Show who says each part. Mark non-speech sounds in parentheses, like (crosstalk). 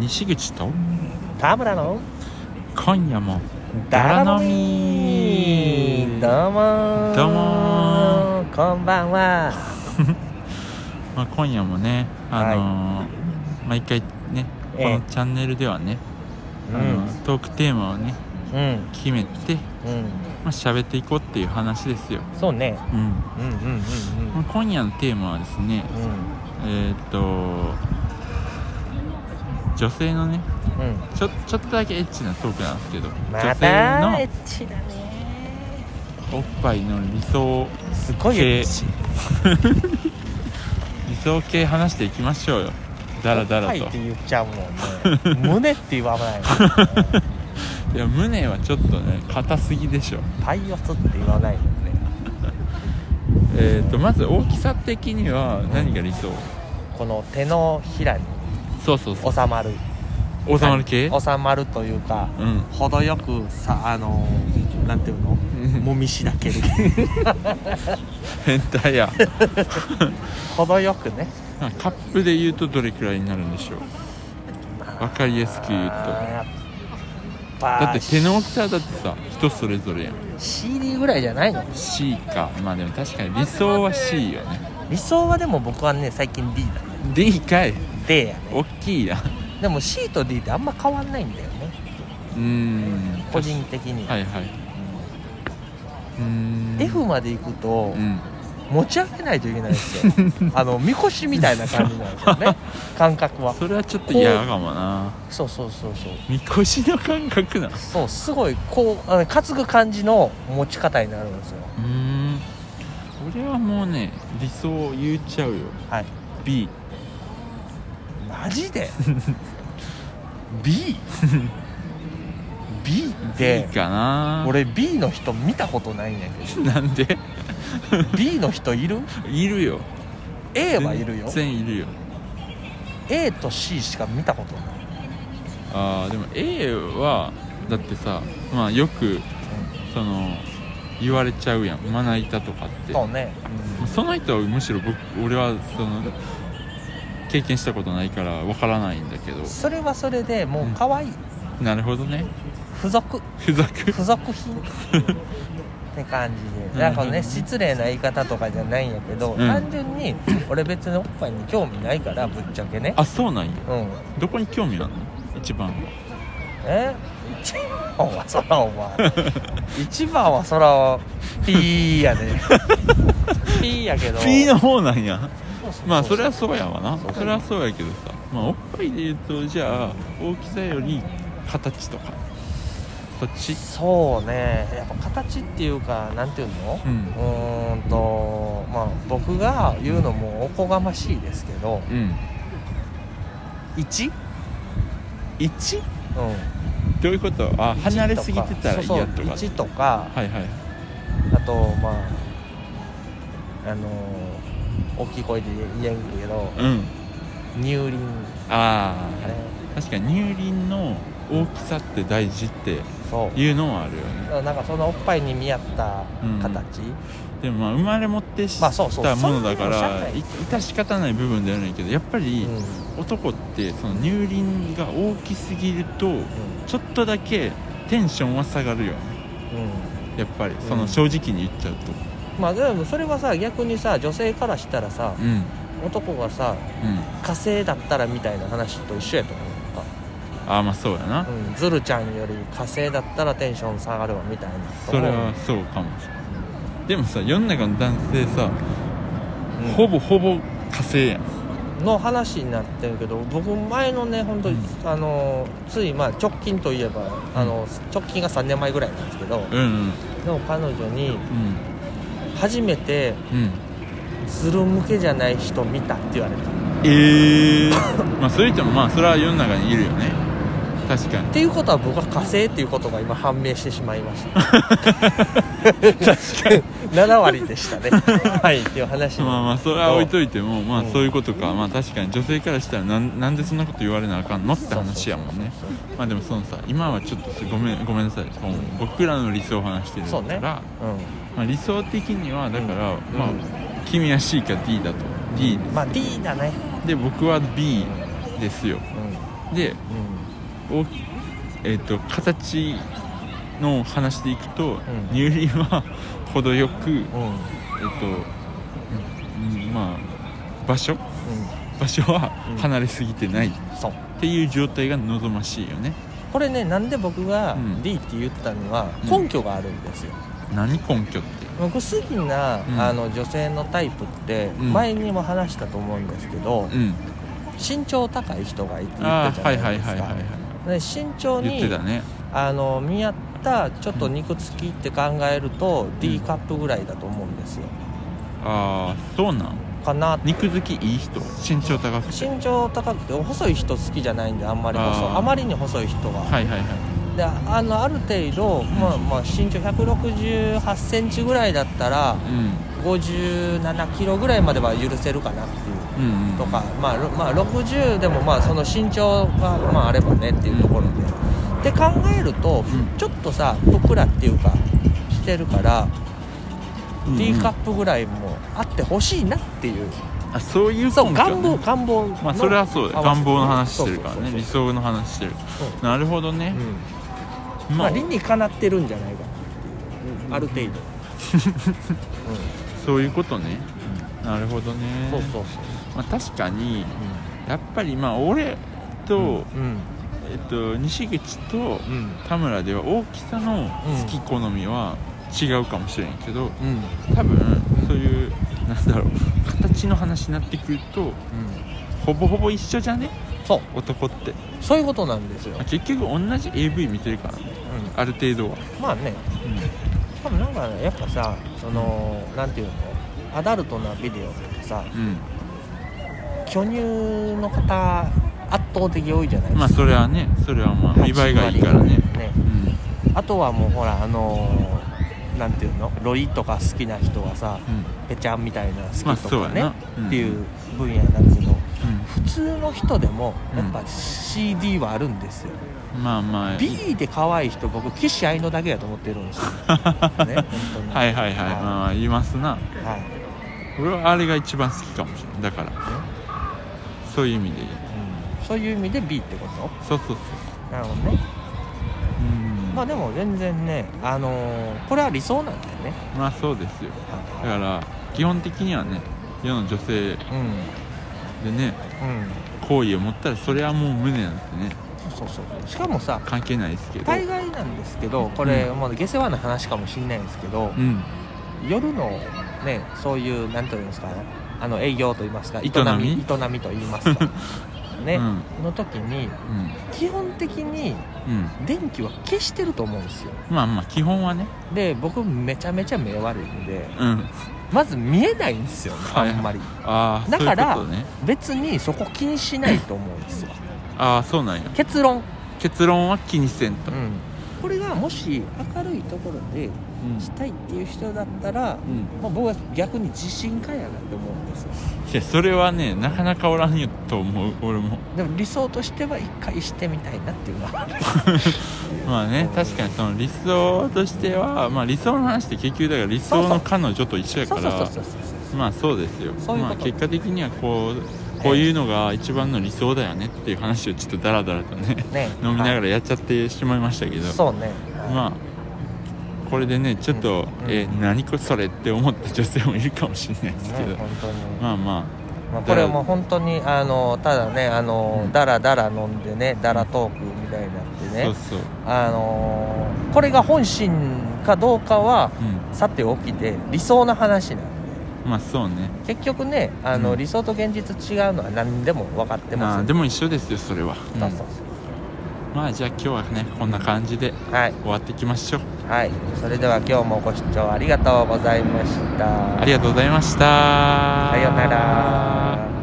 Speaker 1: 西口と
Speaker 2: 田村の
Speaker 1: 今夜もだら飲み
Speaker 2: どうもー
Speaker 1: どうも
Speaker 2: こんばんは
Speaker 1: まあ、今夜もねあのー毎回ねこ
Speaker 2: え
Speaker 1: の
Speaker 2: え
Speaker 1: チャンネルではね、
Speaker 2: う
Speaker 1: あのートークテーマをね
Speaker 2: うん
Speaker 1: 決めて
Speaker 2: うん
Speaker 1: まあ喋っていこうっていう話ですよ、
Speaker 2: そうね
Speaker 1: うん
Speaker 2: うんうんうん
Speaker 1: まあ、今夜のテーマはですね
Speaker 2: うんうん
Speaker 1: えーっと女性のね
Speaker 2: うん
Speaker 1: ちょちょっとだけエッチなトークなんですけど、
Speaker 2: ま
Speaker 1: 女
Speaker 2: たエ
Speaker 1: 性
Speaker 2: ッチだね
Speaker 1: のおっぱいの理想
Speaker 2: すごいエッチ
Speaker 1: (laughs) 理想系話していきましょうよダラダラ
Speaker 2: おっぱい
Speaker 1: と
Speaker 2: って言っちゃうもん
Speaker 1: (laughs)
Speaker 2: ね胸って言わないもん
Speaker 1: いや胸はちょっとね硬すぎでしょ
Speaker 2: 体よそって言わないもんね
Speaker 1: えー、とまず大きさ的には何が理想、
Speaker 2: この手のひらに
Speaker 1: そうそうそう
Speaker 2: 収まる
Speaker 1: 収まる系
Speaker 2: 収まるというか
Speaker 1: うん
Speaker 2: 程よくさあのーなんていうのもみしだける
Speaker 1: 変態や
Speaker 2: (laughs) 程よくね
Speaker 1: カップで言うとどれくらいになるんでしょうわかりやすく言うと
Speaker 2: あー
Speaker 1: だ
Speaker 2: やっぱ
Speaker 1: って手の大きさだってさ人それぞれやん
Speaker 2: CD ぐらいじゃないの
Speaker 1: C かまあでも確かに理想は C よね
Speaker 2: 理想はでも僕はね最近 D だね
Speaker 1: D かい
Speaker 2: D やね
Speaker 1: 大きいな
Speaker 2: でも C と D ってあんま変わんないんだよね
Speaker 1: うーん
Speaker 2: 個人的に、
Speaker 1: はいはいうん
Speaker 2: F まで行くと、
Speaker 1: うん
Speaker 2: 持ち上げないといけないで
Speaker 1: (laughs)
Speaker 2: すよあのみこしみたいな感じなんですよね感覚は
Speaker 1: それはちょっと嫌かもな
Speaker 2: そうそうそうそう
Speaker 1: みこしの感覚なう
Speaker 2: そうすごいこうあの担ぐ感じの持ち方になるんですよ
Speaker 1: ーん俺はもうね理想を言っちゃうよ
Speaker 2: はい
Speaker 1: BB
Speaker 2: マ
Speaker 1: (laughs)
Speaker 2: ジで
Speaker 1: B? B
Speaker 2: で
Speaker 1: かな
Speaker 2: 俺 B の人見たことないんやけ
Speaker 1: (laughs) なんで
Speaker 2: ど B の人いる
Speaker 1: いるよ
Speaker 2: A はいるよ
Speaker 1: 全然いるよ
Speaker 2: A と C しか見たことない
Speaker 1: あーでも A はだってさまあよくその言われちゃうやんまな板とかって
Speaker 2: そうね
Speaker 1: その人はむしろ僕俺はその経験したことないからわからないんだけど
Speaker 2: それはそれでもう可愛い
Speaker 1: なるほどね
Speaker 2: 付属
Speaker 1: 付属
Speaker 2: 付属品って感じでなんか
Speaker 1: うんうんう
Speaker 2: ね
Speaker 1: ん
Speaker 2: 失礼な言い方とかじゃないんやけど、
Speaker 1: ん
Speaker 2: 単純に俺別におっぱいに興味ないからぶっちゃけね
Speaker 1: あそうなんや
Speaker 2: うん
Speaker 1: どこに興味あんの一番は
Speaker 2: え一番はそらお前一番はそらピーやでピーやけど
Speaker 1: P の方なんや
Speaker 2: そうそう
Speaker 1: まあそれはそうやわな
Speaker 2: そうそう
Speaker 1: それはそうやけどさまあおっぱいで言うとじゃあ大きさより形とかそっち
Speaker 2: そうねやっぱ形っていうかなんていうの
Speaker 1: うん
Speaker 2: うーんとまあ僕が言うのもおこがましいですけど
Speaker 1: うん
Speaker 2: 1?
Speaker 1: 1?
Speaker 2: うん
Speaker 1: どういうことあ離れすぎてたら嫌とか
Speaker 2: 1とか
Speaker 1: はいはい
Speaker 2: あとまああのー大きい声で言えんけど
Speaker 1: うん
Speaker 2: 乳輪
Speaker 1: ああ、
Speaker 2: ね
Speaker 1: 確かに乳輪の大きさって大事って
Speaker 2: そう
Speaker 1: いうのはあるよね
Speaker 2: なんかそのおっぱいに見合った形、
Speaker 1: でもまあ生まれ持ってし
Speaker 2: まあそうそう
Speaker 1: たものだか
Speaker 2: そんなの社
Speaker 1: ら
Speaker 2: 会
Speaker 1: い致し方ない部分ではないけどやっぱり
Speaker 2: うん
Speaker 1: 男ってその乳輪が大きすぎると
Speaker 2: う
Speaker 1: ちょっとだけテンションは下がるよね
Speaker 2: ん
Speaker 1: やっぱり
Speaker 2: ん
Speaker 1: その正直に言っちゃうと
Speaker 2: まあでもそれはさ逆にさ女性からしたらさ
Speaker 1: うんうん
Speaker 2: 男がさ火星だったらみたいな話と一緒やと思う
Speaker 1: ああまあそうやな
Speaker 2: か、うん、ズルちゃんより火星だったらテンション下がるわみたいな
Speaker 1: それはそうかもしれないでもさ世の中の男性さほぼほぼ火星やん
Speaker 2: の話になってるけど僕前のね本当に、あのついまあ直近といえばあの直近が3年前ぐらいなんですけ
Speaker 1: う
Speaker 2: ど、
Speaker 1: んうん
Speaker 2: の彼女に
Speaker 1: うん
Speaker 2: 初めて
Speaker 1: うん
Speaker 2: ズル向けじゃない人見たって言われた
Speaker 1: ええまあそういう人もまあそれは世の中にいるよね確かに
Speaker 2: っていうことは僕は火星っていうことが今判明してしまいました確かに7割でしたね
Speaker 1: (laughs)
Speaker 2: はいっていう話
Speaker 1: まあまあそれは置いといてもまあ
Speaker 2: うん
Speaker 1: そういうことかまあ確かに女性からしたらなんなんでそんなこと言われなあかんのって話やもんねまあでもそのさ今はちょっとごめんごめんなさいその僕らの理想を話してる
Speaker 2: そう
Speaker 1: か
Speaker 2: ね
Speaker 1: ら、
Speaker 2: う
Speaker 1: まあ、理想的にはだから、
Speaker 2: ん
Speaker 1: まあ
Speaker 2: うん
Speaker 1: 君は C か D だと D で
Speaker 2: ん、まあ D だね、
Speaker 1: すで僕は B ですよ
Speaker 2: う
Speaker 1: でおえっ、と形の話でいくと、
Speaker 2: ん
Speaker 1: 乳輪は程よく、えっ、
Speaker 2: うんうん
Speaker 1: とうんまあ場所場所は
Speaker 2: うん
Speaker 1: 離れすぎてないっ
Speaker 2: そう
Speaker 1: ていう状態が望ましいよね
Speaker 2: これねなんで僕が
Speaker 1: うん
Speaker 2: D って言ったのは
Speaker 1: うん
Speaker 2: 根拠があるんですよ、
Speaker 1: 何根拠って
Speaker 2: 僕好きな、
Speaker 1: うん
Speaker 2: あの女性のタイプって
Speaker 1: うん
Speaker 2: 前にも話したと思うんですけど、
Speaker 1: うん
Speaker 2: 身長高い人がいいって言
Speaker 1: あ
Speaker 2: っ
Speaker 1: あ
Speaker 2: た
Speaker 1: は
Speaker 2: じ
Speaker 1: い
Speaker 2: ゃ
Speaker 1: は
Speaker 2: ない
Speaker 1: い
Speaker 2: です
Speaker 1: はいはい
Speaker 2: か
Speaker 1: は
Speaker 2: で身長
Speaker 1: い言っ
Speaker 2: に
Speaker 1: てたね
Speaker 2: あの見合ったちょっと肉付きって考えると D カップぐらいだと思うんですよ
Speaker 1: ああそうなん
Speaker 2: かな
Speaker 1: 肉付きいい人身長高くて
Speaker 2: 身長高くて細い人好きじゃないんであんまり細い
Speaker 1: あー
Speaker 2: あまりに細い人は、
Speaker 1: はいはいはい
Speaker 2: であのある程度、まあまあ、身長1 6 8センチぐらいだったら
Speaker 1: うん
Speaker 2: 5 7キロぐらいまでは許せるかなっていう
Speaker 1: うんうん
Speaker 2: とか、まあ、ろまあ60でもまあその身長が、まあ、あればねっていうところで、で考えると、
Speaker 1: ん
Speaker 2: ちょっとさふっくらっていうかしてるから、
Speaker 1: うんうん
Speaker 2: D カップぐらいもあってほしいなっていう
Speaker 1: あそういう根拠
Speaker 2: そう
Speaker 1: ね
Speaker 2: 願望願望の
Speaker 1: まあそれはそうだよ願望の話してるから
Speaker 2: そう
Speaker 1: ね
Speaker 2: そう
Speaker 1: 理
Speaker 2: そう
Speaker 1: 想の話してる
Speaker 2: そう
Speaker 1: なるほどね
Speaker 2: うんま
Speaker 1: ま
Speaker 2: あ
Speaker 1: あ
Speaker 2: 理にかなってるんじゃないかある程度、
Speaker 1: そういうことねなるほどね
Speaker 2: そうそうそう、
Speaker 1: まあ確かにやっぱりまあ俺と
Speaker 2: うん
Speaker 1: えっと西口と
Speaker 2: うん
Speaker 1: 田村では大きさの好き好みは違うかもしれんけど
Speaker 2: うんうん
Speaker 1: 多分そういうなんだろう形の話になってくるとほぼほぼ一緒じゃね
Speaker 2: そう
Speaker 1: 男って
Speaker 2: そういうことなんですよ
Speaker 1: まあ、結局同じ AV 見てるからね
Speaker 2: う
Speaker 1: ある程度は
Speaker 2: ん、まあね多分なんかねやっぱさそのなんていうのアダルトなビデオってさ
Speaker 1: うん、
Speaker 2: 巨乳の方圧倒的多いじゃないですか、
Speaker 1: まあそれはねそれはまあ見栄えがいいからねうん
Speaker 2: あとはもうほらあのーなんていうのロイとか好きな人はさ
Speaker 1: うん
Speaker 2: ペチャンみたい
Speaker 1: ま
Speaker 2: な好
Speaker 1: あ
Speaker 2: き
Speaker 1: そ
Speaker 2: と
Speaker 1: う
Speaker 2: か
Speaker 1: や
Speaker 2: ね、
Speaker 1: なうん
Speaker 2: っていう分野なんだけど普通の人でも
Speaker 1: うん
Speaker 2: やっぱ CD はあるんですよ、
Speaker 1: うんまあまあ
Speaker 2: B で可愛い人僕岸愛のだけやと思ってるん
Speaker 1: (laughs)
Speaker 2: ですよ、ね、本当に
Speaker 1: はいはいはいまあまあ言いますな
Speaker 2: はい
Speaker 1: 俺はあれが一番好きかもしれないだからそういう意味で言う
Speaker 2: うんそういう意味で B ってこと
Speaker 1: そうそうそう
Speaker 2: なるほどね
Speaker 1: うん
Speaker 2: ま
Speaker 1: ま
Speaker 2: あでも全然ねあのーこれは理想なんだよね、
Speaker 1: あそうですよだ
Speaker 2: は
Speaker 1: から基本的にはね世の女性
Speaker 2: い、うん
Speaker 1: でね
Speaker 2: うん
Speaker 1: 好意を持ったらそれはもう胸なんてね
Speaker 2: そうそうそうしかもさ
Speaker 1: 関係ないですけど
Speaker 2: 大概なんですけどこれ、
Speaker 1: う
Speaker 2: まあ下世話な話かもしれないんですけど
Speaker 1: う、ん
Speaker 2: 夜のねそういうなんというんですかあの営業と言いますか
Speaker 1: 営み
Speaker 2: 営み営みと言います
Speaker 1: (laughs)
Speaker 2: かね、
Speaker 1: うん
Speaker 2: の時
Speaker 1: う
Speaker 2: に
Speaker 1: ん
Speaker 2: 基本的に
Speaker 1: うん
Speaker 2: 電気は消してると思うんですよ
Speaker 1: まあまあ基本はね
Speaker 2: で僕めちゃめちゃ目悪いんで
Speaker 1: うん
Speaker 2: まず見えないんですよねあ
Speaker 1: はいはい
Speaker 2: んまり
Speaker 1: ああ
Speaker 2: だから
Speaker 1: そういうことね
Speaker 2: 別にそこ気にしないと思うんですよ
Speaker 1: ああそうなんや
Speaker 2: 結論、
Speaker 1: 結論は気にせん
Speaker 2: う
Speaker 1: と、
Speaker 2: ん、これがもし明るいところで
Speaker 1: うん
Speaker 2: したいっていう人だったら、まあ、僕は逆に自信家やなって思うんですよ
Speaker 1: いやそれはねなかなかおらんよと思う俺も
Speaker 2: でも理想としては一回してみたいなっていうのは
Speaker 1: まあね確かにその理想としては、まあ、理想の話って結局だから理想の彼女と一緒や
Speaker 2: そ
Speaker 1: か
Speaker 2: うそうそう
Speaker 1: ら
Speaker 2: そうそう
Speaker 1: まあそうですよ
Speaker 2: そういうこと
Speaker 1: まあ、結果的にはこうこういうのが一番の理想だよねっていう話をちょっとダラダラとね
Speaker 2: ね
Speaker 1: (laughs) 飲みなが
Speaker 2: は
Speaker 1: らやっちゃってしまいましたけど、
Speaker 2: いそうね
Speaker 1: まあこれでねちょっと、
Speaker 2: うん
Speaker 1: え何これそれって思った女性もいるかもしれないですけど、
Speaker 2: ね本当に、ま
Speaker 1: まあま
Speaker 2: あ、これも本当にあのただねあの、
Speaker 1: うん
Speaker 2: だらだら飲んでねだらトークみたいになって
Speaker 1: あ、
Speaker 2: ね、
Speaker 1: そうそう
Speaker 2: あのこれが本心かどうかは
Speaker 1: う
Speaker 2: さておきで理想の話なんで
Speaker 1: んまあそうね
Speaker 2: 結局ねあの、
Speaker 1: うん
Speaker 2: 理想と現実違うのは何でも分かってます
Speaker 1: あーでも一緒ですよそれは、
Speaker 2: そうそう
Speaker 1: うんまあじゃあ今日はねこんな感じで
Speaker 2: そうはい
Speaker 1: 終わっていきましょう
Speaker 2: はい、それでは今日もご視聴ありがとうございました。
Speaker 1: ありがとうございました
Speaker 2: さようなら。